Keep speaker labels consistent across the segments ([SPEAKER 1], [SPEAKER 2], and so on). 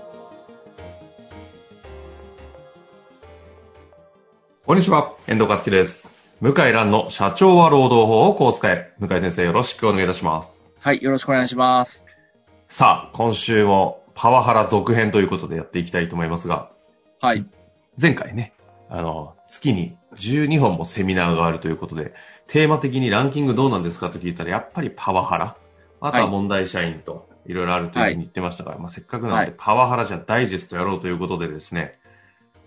[SPEAKER 1] こんにちは、遠藤和樹です。向井蘭の社長は労働法をこう使え。向井先生よろしくお願いいたします。
[SPEAKER 2] はい、よろしくお願いします。
[SPEAKER 1] さあ、今週もパワハラ続編ということでやっていきたいと思いますが、
[SPEAKER 2] はい。
[SPEAKER 1] 前回ね、あの、月に12本もセミナーがあるということで、テーマ的にランキングどうなんですかと聞いたら、やっぱりパワハラ。あとは問題社員といろいろあるというふうに言ってましたが、まあ、せっかくなの
[SPEAKER 2] は
[SPEAKER 1] で
[SPEAKER 2] い
[SPEAKER 1] パワハラじゃダイジェストやろうということでですね、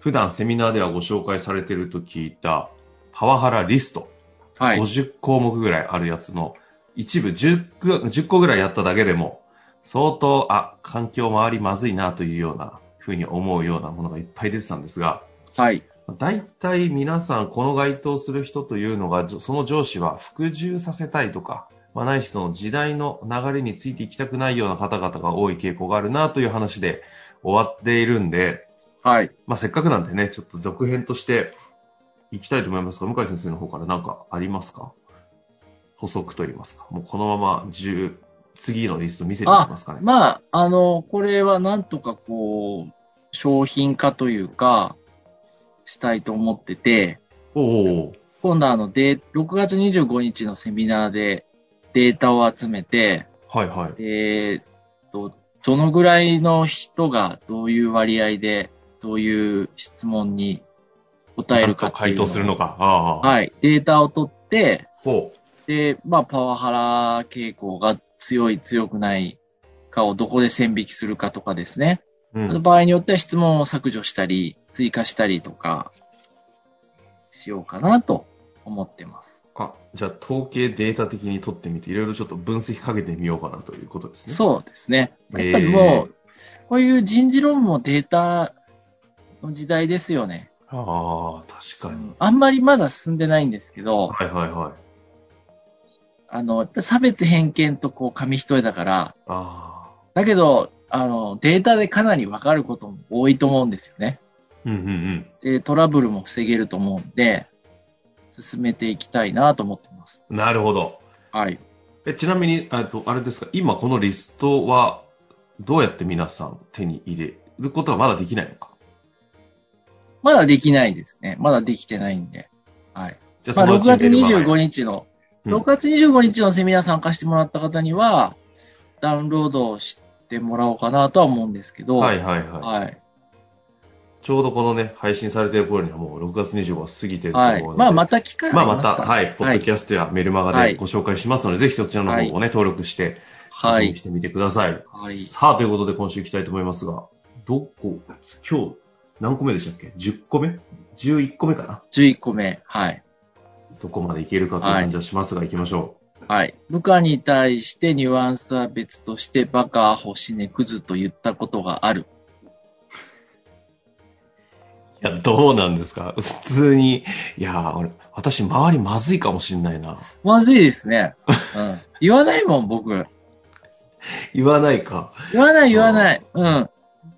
[SPEAKER 1] 普段セミナーではご紹介されていると聞いたパワハラリスト、
[SPEAKER 2] はい。
[SPEAKER 1] 50項目ぐらいあるやつの一部 10, く10個ぐらいやっただけでも相当、あ、環境周りまずいなというようなふうに思うようなものがいっぱい出てたんですが、
[SPEAKER 2] はい。
[SPEAKER 1] 大体皆さんこの該当する人というのが、じょその上司は服従させたいとか、まあ、ないしその時代の流れについていきたくないような方々が多い傾向があるなという話で終わっているんで、
[SPEAKER 2] はい。
[SPEAKER 1] まあ、せっかくなんでね、ちょっと続編としていきたいと思いますが、向井先生の方から何かありますか補足といいますか。もうこのまま10、次のリスト見せていきますかね。
[SPEAKER 2] まあ、あの、これはなんとかこう、商品化というか、したいと思ってて、
[SPEAKER 1] おうおう
[SPEAKER 2] 今度あの、で、6月25日のセミナーでデータを集めて、
[SPEAKER 1] おうはいはい。
[SPEAKER 2] えーっと、どのぐらいの人がどういう割合で、どういう質問に答えるか
[SPEAKER 1] と
[SPEAKER 2] ってい
[SPEAKER 1] 回
[SPEAKER 2] うのを
[SPEAKER 1] 答するのか。ああ。い。
[SPEAKER 2] はい。データを取って、
[SPEAKER 1] ほう。
[SPEAKER 2] で、まあ、パワハラ傾向が強い、強くないかをどこで線引きするかとかですね。
[SPEAKER 1] うん
[SPEAKER 2] あと場合によっては質問を削除したり、追加したりとか、しようかなと思ってます。
[SPEAKER 1] あ、じゃあ統計データ的に取ってみて、いろいろちょっと分析かけてみようかなということですね。う。
[SPEAKER 2] そうですね。
[SPEAKER 1] えー
[SPEAKER 2] やっぱりもう、こういう人事論文もデータの時代ですよね。
[SPEAKER 1] ああ、確か
[SPEAKER 2] う
[SPEAKER 1] に。
[SPEAKER 2] んあんまりまだ進んでないんですけど、
[SPEAKER 1] はいはいはい。
[SPEAKER 2] あの、やっぱり差別偏見とこう紙一重だから、
[SPEAKER 1] ああ。
[SPEAKER 2] だけど、あの、データでかなりわかることも多いと思うんですよね。
[SPEAKER 1] うんうんうん。
[SPEAKER 2] で、トラブルも防げると思うんで、進めていきたいなと思ってます。
[SPEAKER 1] なるほど。
[SPEAKER 2] はい。
[SPEAKER 1] え、ちなみに、えっと、あれですか、今このリストは、どうやって皆さん手に入れることはまだできないのか
[SPEAKER 2] まだできないですね。まだできてないんで。はい。
[SPEAKER 1] じゃあ
[SPEAKER 2] まあ、6月25
[SPEAKER 1] 日。
[SPEAKER 2] 日の、
[SPEAKER 1] うん
[SPEAKER 2] 6月25日のセミナー参加してもらった方には、ダウンロードしてもらおうかなとは思うんですけど、
[SPEAKER 1] はいはいはい。
[SPEAKER 2] はい。
[SPEAKER 1] ちょうどこのね、配信されてる頃にはもう6月25は過ぎてると思うの
[SPEAKER 2] はい。
[SPEAKER 1] で。
[SPEAKER 2] まあ、また機会
[SPEAKER 1] まあ
[SPEAKER 2] り
[SPEAKER 1] ま
[SPEAKER 2] す
[SPEAKER 1] た、
[SPEAKER 2] から
[SPEAKER 1] はい、ポッドキャストやメルマガ
[SPEAKER 2] は
[SPEAKER 1] で
[SPEAKER 2] い
[SPEAKER 1] ご紹介しますので、ぜひそちらの方をね、登録して、
[SPEAKER 2] は
[SPEAKER 1] 確認
[SPEAKER 2] い
[SPEAKER 1] し。てみてください。
[SPEAKER 2] はい
[SPEAKER 1] さあ、ということで今週行きたいと思いますが、どこ、今日、何個目でしたっけ ?10 個目 ?11 個目かな
[SPEAKER 2] 11個目。はい。
[SPEAKER 1] どこまでいけるかという感じはしますが、行きましょ
[SPEAKER 2] はい。部下に対してニュアンスは別として、バカ、アホ、死ね、クズと言ったことがある。
[SPEAKER 1] う。いや、どうなんですか普通に、いや、俺、私、周りまずいかもしんないな。
[SPEAKER 2] まずいですね。 うん。言わないもん、僕。
[SPEAKER 1] 言わないか。
[SPEAKER 2] 言わない、言わない。うん。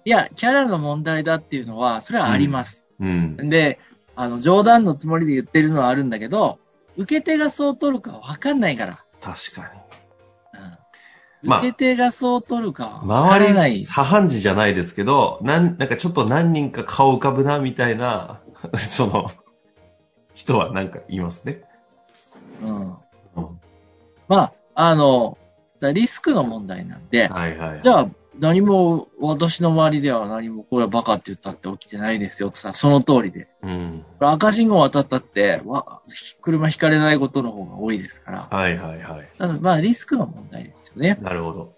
[SPEAKER 2] いや、キャラの問題だっていうのは、それはあります。
[SPEAKER 1] うん。
[SPEAKER 2] で、あの、冗談のつもりで言ってるのはあるんだけど、受け手がそう取るかわかんないから。
[SPEAKER 1] 確かに。
[SPEAKER 2] うん。
[SPEAKER 1] まあ
[SPEAKER 2] 受け手がそう取るかわからな
[SPEAKER 1] 周
[SPEAKER 2] い。
[SPEAKER 1] り、左半時じゃないですけど、なん、なんかちょっと何人か顔浮かぶな、みたいな、 その、人はなんかいますね。
[SPEAKER 2] うん。
[SPEAKER 1] うん
[SPEAKER 2] まあ、あの、だリスクの問題なんで、
[SPEAKER 1] はいはいはい。
[SPEAKER 2] じゃあ、何も、私の周りでは何も、これはバカって言ったって起きてないですよってさ、その通りで。
[SPEAKER 1] うん。
[SPEAKER 2] これ赤信号渡ったって、わ車引かれないことの方が多いですから。
[SPEAKER 1] はいはいはい。
[SPEAKER 2] ただまあリスクの問題ですよね。
[SPEAKER 1] なるほど。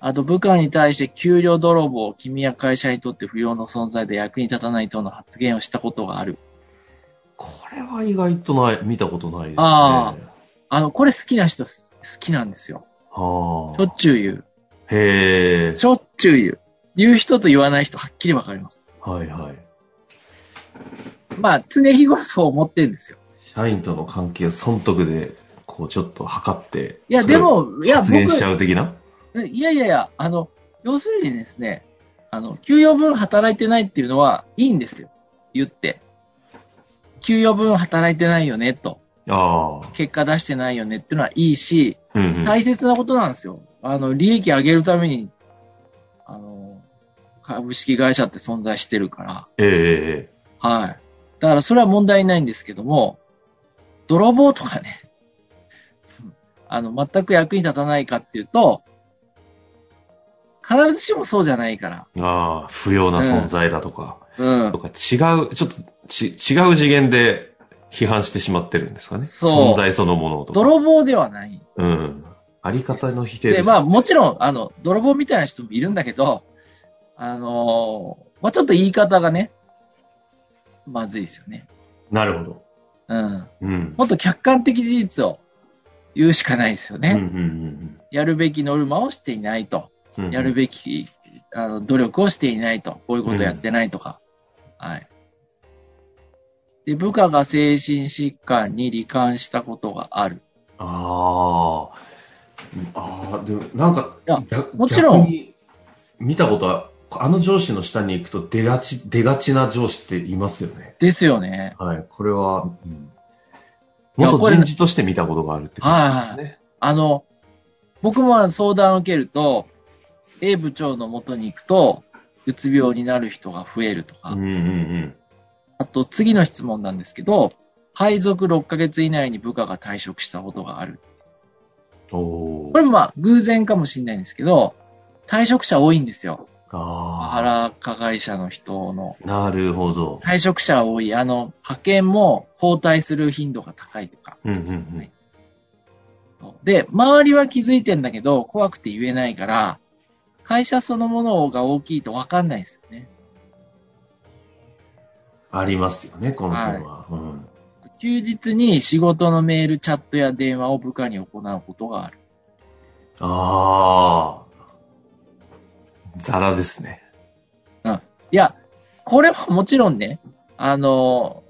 [SPEAKER 2] あと部下に対して給料泥棒、君や会社にとって不要の存在で役に立たない等の発言をしたことがある。
[SPEAKER 1] これは意外とない、見たことないですね。
[SPEAKER 2] ああの、これ好きな人す好きなんですよ。
[SPEAKER 1] あ
[SPEAKER 2] しょ
[SPEAKER 1] ー
[SPEAKER 2] っちゅう言
[SPEAKER 1] へえ
[SPEAKER 2] う。し。ょっちゅう言う。言う人と言わない人はっきりわかります。
[SPEAKER 1] はいはい。
[SPEAKER 2] まあ、常日頃そう思ってるんですよ。
[SPEAKER 1] 社員との関係を損得で、こうちょっと測って。
[SPEAKER 2] いや、
[SPEAKER 1] それ
[SPEAKER 2] で
[SPEAKER 1] を
[SPEAKER 2] も、いや、
[SPEAKER 1] 発
[SPEAKER 2] 僕、
[SPEAKER 1] 言しちゃう的な
[SPEAKER 2] うんいやいやいや、あの、要するにですね、あの、給与分働いてないっていうのはいいんですよ。言って。給与分働いてないよね、と。
[SPEAKER 1] ああ。
[SPEAKER 2] 結果出してないよねっていうのはいいし、
[SPEAKER 1] うんうん。
[SPEAKER 2] 大切なことなんですよ。あの、利益上げるために、あの、株式会社って存在してるから、
[SPEAKER 1] えええ
[SPEAKER 2] はい。だからそれは問題ないんですけども、泥棒とかね、 うんあの、全く役に立たないかっていうと、必ずしもそうじゃないから、
[SPEAKER 1] えああ、不要な存在だとか、
[SPEAKER 2] うん
[SPEAKER 1] と。か違う、ちょっとち違う次元で批判してしまってるんですかね。
[SPEAKER 2] そう
[SPEAKER 1] 存在そのものをとか。
[SPEAKER 2] 泥棒ではない。
[SPEAKER 1] うん。あり方の否定
[SPEAKER 2] で、
[SPEAKER 1] です。
[SPEAKER 2] まあもちろん、あの、泥棒みたいな人もいるんだけど、あのーまあちょっと言い方がね、まずいですよね。
[SPEAKER 1] なるほど。
[SPEAKER 2] うん。
[SPEAKER 1] うん。
[SPEAKER 2] もっと客観的事実を言うしかないですよね。
[SPEAKER 1] うんうん
[SPEAKER 2] やるべきノルマをしていないと。
[SPEAKER 1] うんうん。
[SPEAKER 2] やるべきあの努力をしていないと、こういうことやってないとか、はい。で、部下が精神疾患に罹患したことがある。
[SPEAKER 1] ああ。ああ、でもなんか、
[SPEAKER 2] いや
[SPEAKER 1] 逆
[SPEAKER 2] もちろん
[SPEAKER 1] 逆に見たことは、あの上司の下に行くと出がち、出がちな上司っていますよね。
[SPEAKER 2] ですよね。
[SPEAKER 1] はい、これは、うん、
[SPEAKER 2] いや
[SPEAKER 1] 元
[SPEAKER 2] これ
[SPEAKER 1] 人事として見たことがあるってことですね。
[SPEAKER 2] あの、僕も相談を受けると、A 部長の元に行くと、うつ病になる人が増えるとか、
[SPEAKER 1] うんうん
[SPEAKER 2] あと次の質問なんですけど、配属6ヶ月以内に部下が退職したことがある。
[SPEAKER 1] うん。お
[SPEAKER 2] こ
[SPEAKER 1] ー
[SPEAKER 2] れもまあ偶然かもしれないんですけど、退職者多いんですよ。パワハ
[SPEAKER 1] あ
[SPEAKER 2] ラ加害者の人の
[SPEAKER 1] あ、なるほど。
[SPEAKER 2] 退職者多い、あの、派遣も包帯する頻度が高いとか。
[SPEAKER 1] うんうんうん。
[SPEAKER 2] で、周りは気づいてんだけど、怖くて言えないから、会社そのものが大きいと分かんないですよね。
[SPEAKER 1] ありますよね、この辺は。うん。
[SPEAKER 2] 休日に仕事のメール、チャットや電話を部下に行うことがある。
[SPEAKER 1] ああ。ザラですね。
[SPEAKER 2] いや、これはもちろんね、あの、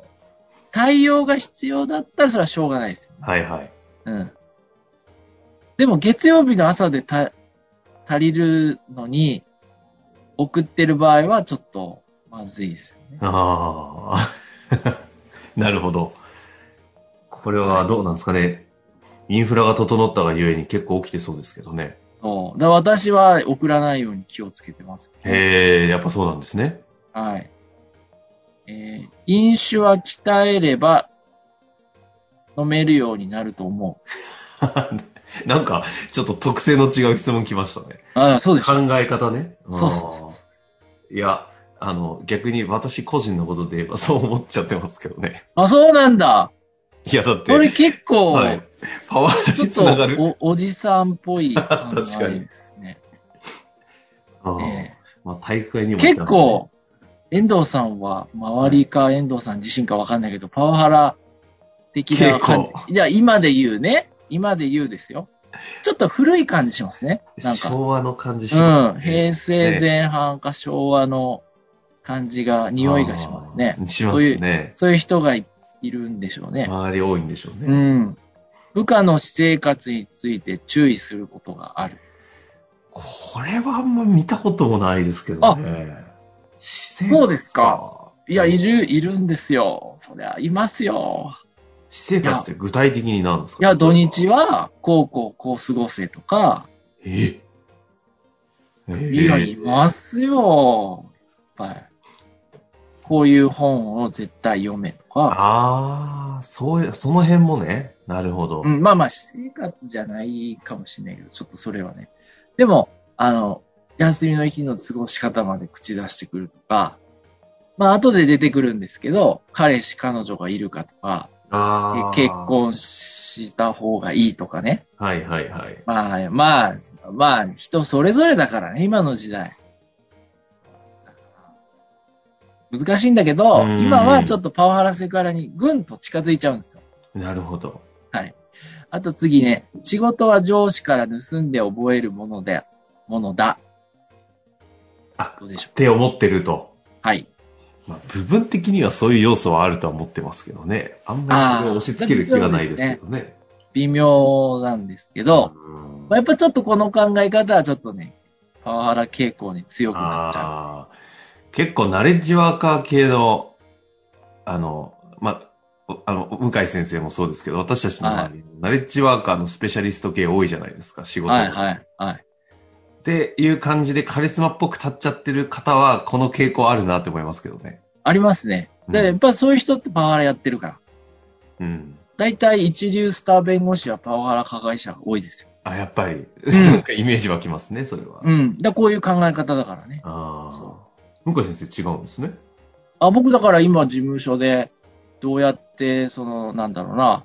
[SPEAKER 2] 対応が必要だったらそれはしょうがないですよ
[SPEAKER 1] はいはい。
[SPEAKER 2] うん。でも月曜日の朝でた足りるのに、送ってる場合はちょっとまずいですよね。
[SPEAKER 1] ああ、 なるほど。これはどうなんですかね。インフラが整ったがゆえに結構起きてそうですけどね。
[SPEAKER 2] そう。だから私は送らないように気をつけてます、
[SPEAKER 1] へえ、やっぱそうなんですね。
[SPEAKER 2] はい。えー飲酒は鍛えれば飲めるようになると思う。
[SPEAKER 1] なんか、ちょっと特性の違う質問来ましたね。
[SPEAKER 2] ああ、そうでしょ。
[SPEAKER 1] 考え方ね。
[SPEAKER 2] そうそうそう
[SPEAKER 1] うんいや、あの、逆に私個人のことで言えばそう思っちゃってますけどね。
[SPEAKER 2] あ、そうなんだ。
[SPEAKER 1] いや、だって、
[SPEAKER 2] これ結構、
[SPEAKER 1] はい、パワハ
[SPEAKER 2] ち
[SPEAKER 1] ラ
[SPEAKER 2] ょ
[SPEAKER 1] に
[SPEAKER 2] っ
[SPEAKER 1] つながる。
[SPEAKER 2] とおおじさんっぽい考えです ね。
[SPEAKER 1] うん
[SPEAKER 2] えー
[SPEAKER 1] まあ、体育会にも行ったん
[SPEAKER 2] 結
[SPEAKER 1] でね
[SPEAKER 2] 構、遠藤さんは、周りか遠藤さん自身かわかんないけど、パワハラ的な感
[SPEAKER 1] 結
[SPEAKER 2] じ。じゃあ今で言うね。今で言うですよ。ちょっと古い感じしますね。なんか。
[SPEAKER 1] 昭和の感じします
[SPEAKER 2] うん。
[SPEAKER 1] ね
[SPEAKER 2] 平成前半か昭和の感じが、匂いがしますね
[SPEAKER 1] あ。ー。しま
[SPEAKER 2] そうい
[SPEAKER 1] す
[SPEAKER 2] う
[SPEAKER 1] ね。
[SPEAKER 2] そういう人がいいるんでしょうね。
[SPEAKER 1] 周り多いんでしょう
[SPEAKER 2] う
[SPEAKER 1] ね。
[SPEAKER 2] ん。部下の私生活について注意することがある。
[SPEAKER 1] これはあんま見たこともないですけどね。私生活
[SPEAKER 2] そうですか。いや、い
[SPEAKER 1] る。
[SPEAKER 2] る、いるんですよ。そりゃ、いますよ。
[SPEAKER 1] 私生活って具体的に何ですか
[SPEAKER 2] いや、土日
[SPEAKER 1] は。
[SPEAKER 2] は、こうこうこう過ごせとか、
[SPEAKER 1] ええ
[SPEAKER 2] いや、いますよ。いっぱい。こういう本を絶対読めとか。
[SPEAKER 1] ああ、そういう、その辺もね。なるほど。
[SPEAKER 2] うん、まあまあ、私生活じゃないかもしれないけど、ちょっとそれはね。でも、あの、休みの日の過ごし方まで口出してくるとか、まあ、後で出てくるんですけど、彼氏、彼女がいるかとか、
[SPEAKER 1] ああ。
[SPEAKER 2] 結。婚した方がいいとかね。
[SPEAKER 1] はいはいはい。
[SPEAKER 2] まあ、まあ、まあ、人それぞれだからね、今の時代。難しいんだけど、
[SPEAKER 1] うん
[SPEAKER 2] 今はちょっとパワハラセクハラにぐんと近づいちゃうんですよ。
[SPEAKER 1] なるほど。
[SPEAKER 2] あと次ね、仕事は上司から盗んで覚えるもので、ものだ。
[SPEAKER 1] あ
[SPEAKER 2] どうでしょう。
[SPEAKER 1] 手を持ってると。
[SPEAKER 2] はい。
[SPEAKER 1] まあ、部分的にはそういう要素はあるとは思ってますけどね。あんまりそれを押し付ける気はないですけどね。
[SPEAKER 2] 微妙なんですけど、
[SPEAKER 1] うん
[SPEAKER 2] まあ、やっぱちょっとこの考え方はちょっとね、パワハラ傾向に強くなっちゃう。
[SPEAKER 1] あー結構ナレッジワーカー系の、あの、まあ、おあの、向井先生もそうですけど、私たちの周りにナレッジワーカーのスペシャリスト系多いじゃないですか、仕事。
[SPEAKER 2] はいはいはい。
[SPEAKER 1] っていう感じでカリスマっぽく立っちゃってる方は、この傾向あるなって思いますけどね。
[SPEAKER 2] ありますね。で、
[SPEAKER 1] うん
[SPEAKER 2] やっぱそういう人ってパワハラやってるから。
[SPEAKER 1] うん。
[SPEAKER 2] 大体一流スター弁護士はパワハラ加害者が多いですよ。
[SPEAKER 1] あ、やっぱり、
[SPEAKER 2] ん
[SPEAKER 1] なんかイメージ湧きますね、それは。
[SPEAKER 2] うん。だからこういう考え方だからね。
[SPEAKER 1] あ
[SPEAKER 2] そ
[SPEAKER 1] あ。向井先生違うんですね。
[SPEAKER 2] あ、僕だから今事務所でどうやって、その、なんだろうな、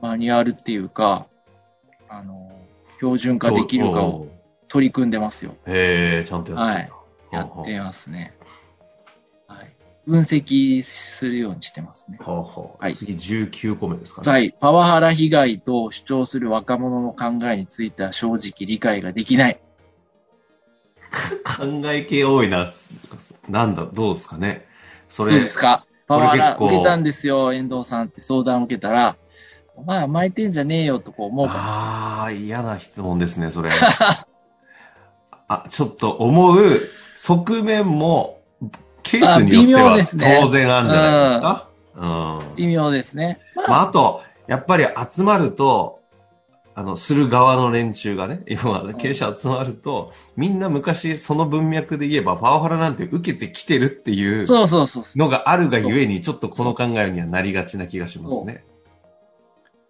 [SPEAKER 2] マニュアルっていうか、あの、標準化できるか
[SPEAKER 1] お
[SPEAKER 2] を
[SPEAKER 1] う。
[SPEAKER 2] 取り組んでますよ。
[SPEAKER 1] へえ、ちゃんとやってるんだ
[SPEAKER 2] や
[SPEAKER 1] ほうほ
[SPEAKER 2] っ
[SPEAKER 1] う
[SPEAKER 2] てますね。はい。分析するようにしてますね。
[SPEAKER 1] ほうほう
[SPEAKER 2] はい
[SPEAKER 1] 次19個目ですかね。
[SPEAKER 2] はい。パワハラ被害と主張する若者の考えについては正直理解ができない。
[SPEAKER 1] 考え系多いな。なんだ、どうですかね。そ
[SPEAKER 2] ど
[SPEAKER 1] れ、
[SPEAKER 2] うですかパワハラ
[SPEAKER 1] これ結
[SPEAKER 2] 受
[SPEAKER 1] 構
[SPEAKER 2] けたんですよ、遠藤さんって相談を受けたら、お前甘えてんじゃねえよとこう思うか
[SPEAKER 1] ああ、嫌な質問ですね、それ。 あ、ちょっと思う側面も、ケースによって
[SPEAKER 2] あ微妙
[SPEAKER 1] は
[SPEAKER 2] ですね
[SPEAKER 1] 当然あるんじゃないですか。うん。
[SPEAKER 2] 微妙ですね。まあ、
[SPEAKER 1] まあ、あと、やっぱり集まると、あの、する側の連中がね、今は経営者集まると、みんな昔その文脈で言えばパワハラなんて受けてきてるっていう
[SPEAKER 2] そうそうそうそう。
[SPEAKER 1] のがあるがゆえに、ちょっとこの考えにはなりがちな気がしますね。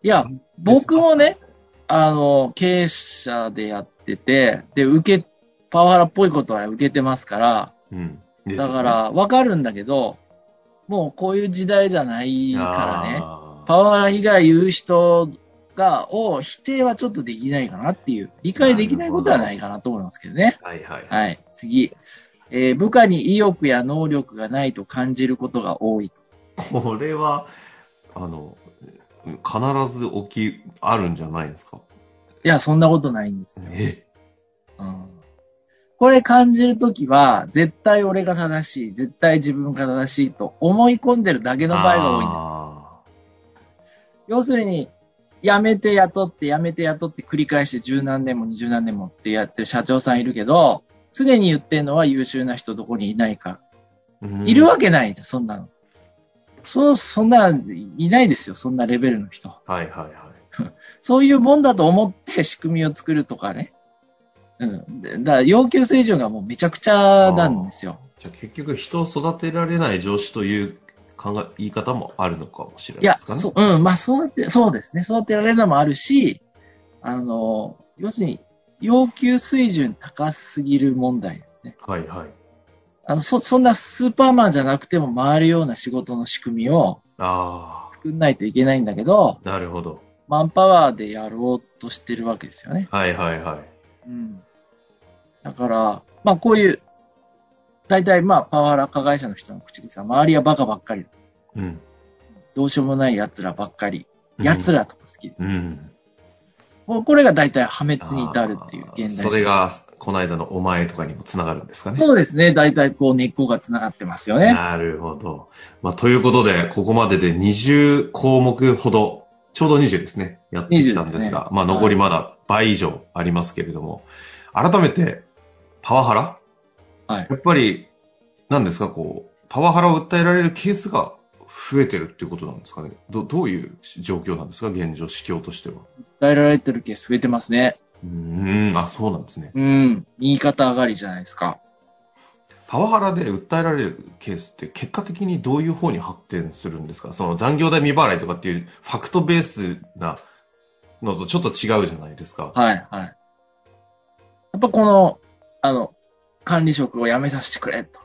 [SPEAKER 2] いや、僕もね、あの、経営者でやってて、で、受け、パワハラっぽいことは受けてますから、
[SPEAKER 1] うん。ですよ
[SPEAKER 2] だ
[SPEAKER 1] ね
[SPEAKER 2] から、わかるんだけど、もうこういう時代じゃないからね。
[SPEAKER 1] あー
[SPEAKER 2] パワハラ被害言う人が、を否定はちょっとできないかなっていう、理解できないことはないかなと思いますけどね。
[SPEAKER 1] はいはい。
[SPEAKER 2] はい、次。えー部下に意欲や能力がないと感じることが多い。
[SPEAKER 1] これは、あの、必ず起き、あるんじゃないですか。
[SPEAKER 2] いや、そんなことないんですよ。
[SPEAKER 1] え
[SPEAKER 2] うん、これ感じるときは、絶対俺が正しい、絶対自分が正しいと思い込んでるだけの場合が多いんです。要するに、辞めて雇って、辞めて雇って繰り返して十何年も二十何年もってやってる社長さんいるけど、常に言ってるのは優秀な人どこにいないか。
[SPEAKER 1] うん
[SPEAKER 2] いるわけないじゃん、そんなの。そう、そんな、いないですよ、そんなレベルの人。
[SPEAKER 1] はいはいはい。
[SPEAKER 2] そういうもんだと思って仕組みを作るとかね。うん。でだから要求水準がもうめちゃくちゃなんですよ。
[SPEAKER 1] じゃあ結局人を育てられない上司という考え、言い方もあるのかもしれ
[SPEAKER 2] い
[SPEAKER 1] ない
[SPEAKER 2] や、
[SPEAKER 1] ですかね。
[SPEAKER 2] そう、うん、まあ、育て、そうですね。育てられるのもあるし、あの、要するに、要求水準高すぎる問題ですね。
[SPEAKER 1] はいはい。
[SPEAKER 2] あの、そ、そんなスーパーマンじゃなくても回るような仕事の仕組みを
[SPEAKER 1] あ
[SPEAKER 2] 作んないといけないんだけど、
[SPEAKER 1] あ、なるほど。
[SPEAKER 2] マンパワーでやろうとしてるわけですよね。
[SPEAKER 1] はいはいはい。
[SPEAKER 2] うん。だから、まあ、こういう、大体、まあ、パワハラ加害者の人の口癖は、周りはバカばっかり、
[SPEAKER 1] うん。
[SPEAKER 2] どうしようもない奴らばっかり、奴
[SPEAKER 1] ら。
[SPEAKER 2] らとか好きで
[SPEAKER 1] うん。
[SPEAKER 2] もうこれが大体破滅に至るっていう
[SPEAKER 1] あー
[SPEAKER 2] 現代社
[SPEAKER 1] そ
[SPEAKER 2] 会
[SPEAKER 1] れが、この間のお前とかにもつながるんですかね。
[SPEAKER 2] そうですね。大体こう根っこが繋がってますよね。
[SPEAKER 1] なるほど。まあ、ということで、ここまでで20項目ほど、ちょうど20ですね、やってきたんですが、
[SPEAKER 2] 20ですね
[SPEAKER 1] まあ、残りまだ倍以上ありますけれども、改めて、パワハラ
[SPEAKER 2] はい
[SPEAKER 1] やっぱり、何ですか、こう、パワハラを訴えられるケースが増えてるっていうことなんですかね。どどういう状況なんですか、現状、市況としては。
[SPEAKER 2] 伝えられてるケース増えてますね。
[SPEAKER 1] うーん、あ、そうなんですね。
[SPEAKER 2] うん。右肩上がりじゃないですか。
[SPEAKER 1] パワハラで訴えられるケースって結果的にどういう方に発展するんですかその残業代未払いとかっていうファクトベースなのとちょっと違うじゃないですか。
[SPEAKER 2] はい、はい。やっぱこの、あの、管理職を辞めさせてくれと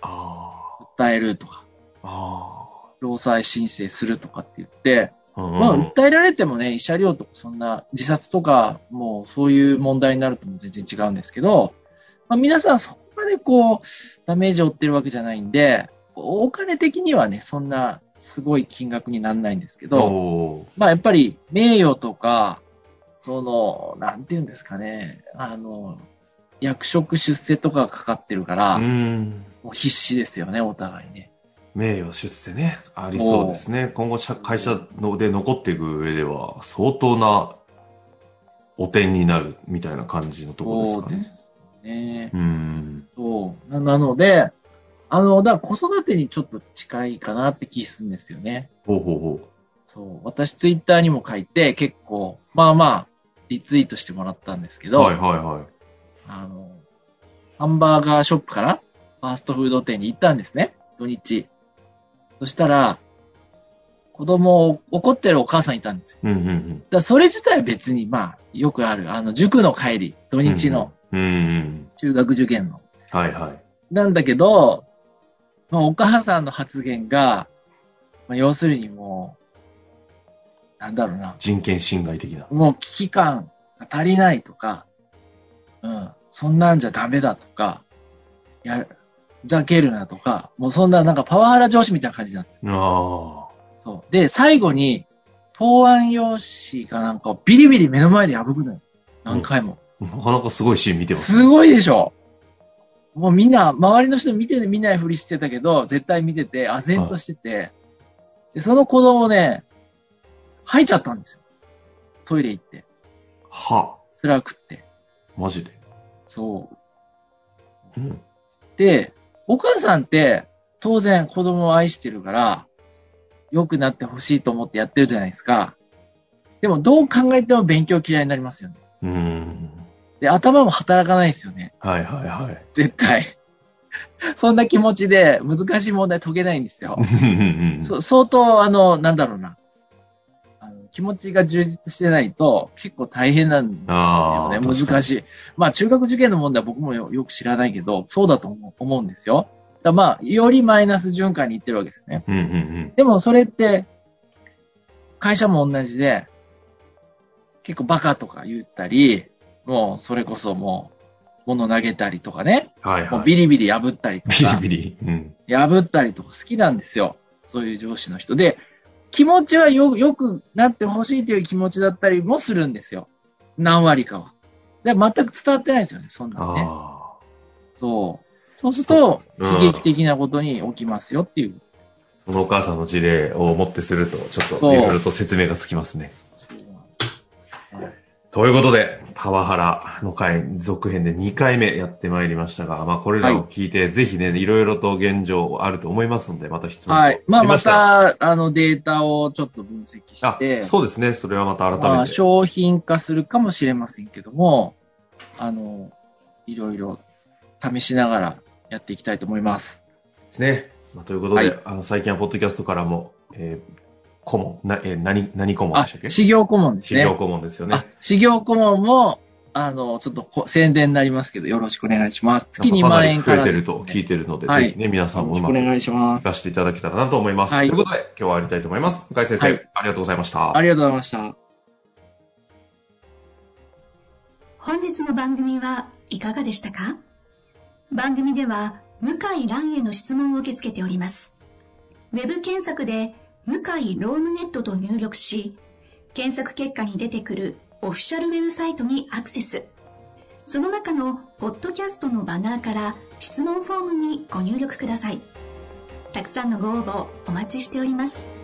[SPEAKER 1] あ
[SPEAKER 2] 訴えるとか、
[SPEAKER 1] あ。あ
[SPEAKER 2] 労災申請するとかって言って、
[SPEAKER 1] あ。うんうん
[SPEAKER 2] まあ訴えられてもね、慰謝料とかそんな自殺とか、もうそういう問題になるとも全然違うんですけど、まあ皆さんそこまでこう、ダメージを負ってるわけじゃないんで、お金的にはね、そんなすごい金額にならないんですけど、
[SPEAKER 1] おー
[SPEAKER 2] まあやっぱり名誉とか、その、なんていうんですかね、あの、役職出世とかがかかってるから、
[SPEAKER 1] うん。
[SPEAKER 2] もう必死ですよね、お互いね。
[SPEAKER 1] 名誉出世ね。ありそうですね。今後、社会社ので残っていく上では、相当なお点になるみたいな感じのところですかね。
[SPEAKER 2] そうですね。
[SPEAKER 1] うん。
[SPEAKER 2] そう。ななので、あの、だから子育てにちょっと近いかなって気するんですよね。
[SPEAKER 1] ほうほうほ
[SPEAKER 2] そう。私ツイッターにも書いて、結構、まあまあ、リツイートしてもらったんですけ
[SPEAKER 1] う。
[SPEAKER 2] ど、
[SPEAKER 1] はいはいはい。
[SPEAKER 2] あの、ハンバーガーショップからファーストフード店に行ったんですね、土日。そしたら、子供を怒ってるお母さんいたんですよ。
[SPEAKER 1] うんうんうん。
[SPEAKER 2] だからそれ自体別に、まあ、よくある、あの、塾の帰り、土日の、
[SPEAKER 1] うんうん。
[SPEAKER 2] 中学受験の。
[SPEAKER 1] はいはい。
[SPEAKER 2] なんだけど、まあ、お母さんの発言が、まあ、要するにもう、なんだろうな、
[SPEAKER 1] 人権侵害的な。
[SPEAKER 2] もう危機感が足りないとか、うん、そんなんじゃダメだとか、やる、ふざけるなとか、もうそんななんかパワハラ上司みたいな感じなんですよ。
[SPEAKER 1] あ
[SPEAKER 2] そう。で、最後に、答案用紙かなんかをビリビリ目の前で破くのよ。何回も。
[SPEAKER 1] あ。なかなかすごいシーン見てます。
[SPEAKER 2] すごいでしょもうみんな、周りの人見て見ないふりしてたけど、絶対見てて、唖然としてて、で、その子供ね、吐いちゃったんですよ。トイレ行って、
[SPEAKER 1] は。
[SPEAKER 2] 辛くって。
[SPEAKER 1] マジで。
[SPEAKER 2] そう。
[SPEAKER 1] うん。
[SPEAKER 2] で、お母さんって、当然子供を愛してるから、良くなってほしいと思ってやってるじゃないですか。でも、どう考えても勉強嫌いになりますよね。
[SPEAKER 1] うん。
[SPEAKER 2] で、頭も働かないですよね。
[SPEAKER 1] はいはいはい。
[SPEAKER 2] 絶対。そんな気持ちで難しい問題解けないんですよ。
[SPEAKER 1] うんうんうん
[SPEAKER 2] そ相当、あの、なんだろうなあの。気持ちが充実してないと結構大変なんで
[SPEAKER 1] ああ。
[SPEAKER 2] よね。難
[SPEAKER 1] い。
[SPEAKER 2] しい。まあ、中学受験の問題は僕もよよく知らないけど、そうだと思う思うんですよ。だまあ、よりマイナス循環にいってるわけですね。
[SPEAKER 1] うんうんうん。
[SPEAKER 2] でも、それって、会社も同じで、結構バカとか言ったり、もう、それこそもう、物投げたりとかね、
[SPEAKER 1] はいは
[SPEAKER 2] もう
[SPEAKER 1] い。
[SPEAKER 2] ビリビリ破ったりと
[SPEAKER 1] ビ
[SPEAKER 2] か、
[SPEAKER 1] リビリ。うん。
[SPEAKER 2] 破ったりとか好きなんですよ。そういう上司の人で、気持ちはよ、良くなってほしいという気持ちだったりもするんですよ。何割かは。で、全く伝わってないですよね、そんなのね。
[SPEAKER 1] ああ。
[SPEAKER 2] そう。そうすると、
[SPEAKER 1] そううん
[SPEAKER 2] 悲劇的なことに起きますよっていう。
[SPEAKER 1] そのお母さんの事例をもってすると、ちょっ
[SPEAKER 2] そ
[SPEAKER 1] と
[SPEAKER 2] う
[SPEAKER 1] いろいろと説明がつきますね。ということで、パワハラの回、続編で2回目やってまいりましたが、まあこれらを聞いて、ぜひね、いろいろと現状あると思いますので、また質問
[SPEAKER 2] はい。まあ、ま
[SPEAKER 1] したら。
[SPEAKER 2] た、あの、データをちょっと分析し
[SPEAKER 1] あ
[SPEAKER 2] て、、
[SPEAKER 1] そうですね。それはまた改
[SPEAKER 2] ま
[SPEAKER 1] め
[SPEAKER 2] あ、
[SPEAKER 1] て。
[SPEAKER 2] 商品化するかもしれませんけども、あの、いろいろ試しながらやっていきたいと思います。
[SPEAKER 1] ですね。まあ、ということで、
[SPEAKER 2] はい
[SPEAKER 1] あの最近はポッドキャストからも、えー、顧問、なえー何、何顧問
[SPEAKER 2] あ、
[SPEAKER 1] でしたっけ
[SPEAKER 2] 修行顧問です
[SPEAKER 1] 資
[SPEAKER 2] ね。
[SPEAKER 1] 料顧問ですよ
[SPEAKER 2] あ
[SPEAKER 1] ね。、
[SPEAKER 2] 修行顧問も、あの、ちょっとこ宣伝になりますけど、よろしくお願いします。月2
[SPEAKER 1] なんかかな
[SPEAKER 2] 万
[SPEAKER 1] り
[SPEAKER 2] 円か
[SPEAKER 1] 増
[SPEAKER 2] ら
[SPEAKER 1] えて
[SPEAKER 2] で
[SPEAKER 1] る
[SPEAKER 2] すね、
[SPEAKER 1] と聞いてるので、
[SPEAKER 2] はい
[SPEAKER 1] ぜひね、皆さん
[SPEAKER 2] よ
[SPEAKER 1] もう
[SPEAKER 2] ろし
[SPEAKER 1] ま
[SPEAKER 2] くお
[SPEAKER 1] く
[SPEAKER 2] 願いしま
[SPEAKER 1] 活
[SPEAKER 2] す。
[SPEAKER 1] かしていただけたらなと思います。
[SPEAKER 2] はい
[SPEAKER 1] ということで、今日は終わりたいと思います。向井先生、
[SPEAKER 2] はい
[SPEAKER 1] ありがとうございました。
[SPEAKER 2] ありがとうございました。
[SPEAKER 3] 本日の番組はいかがでしたか番組では向井蘭への質問を受け付けております。ウェブ検索で向井ロームネットと入力し、検索結果に出てくるオフィシャルウェブサイトにアクセス。その中のポッドキャストのバナーから質問フォームにご入力ください。たくさんのご応募お待ちしております。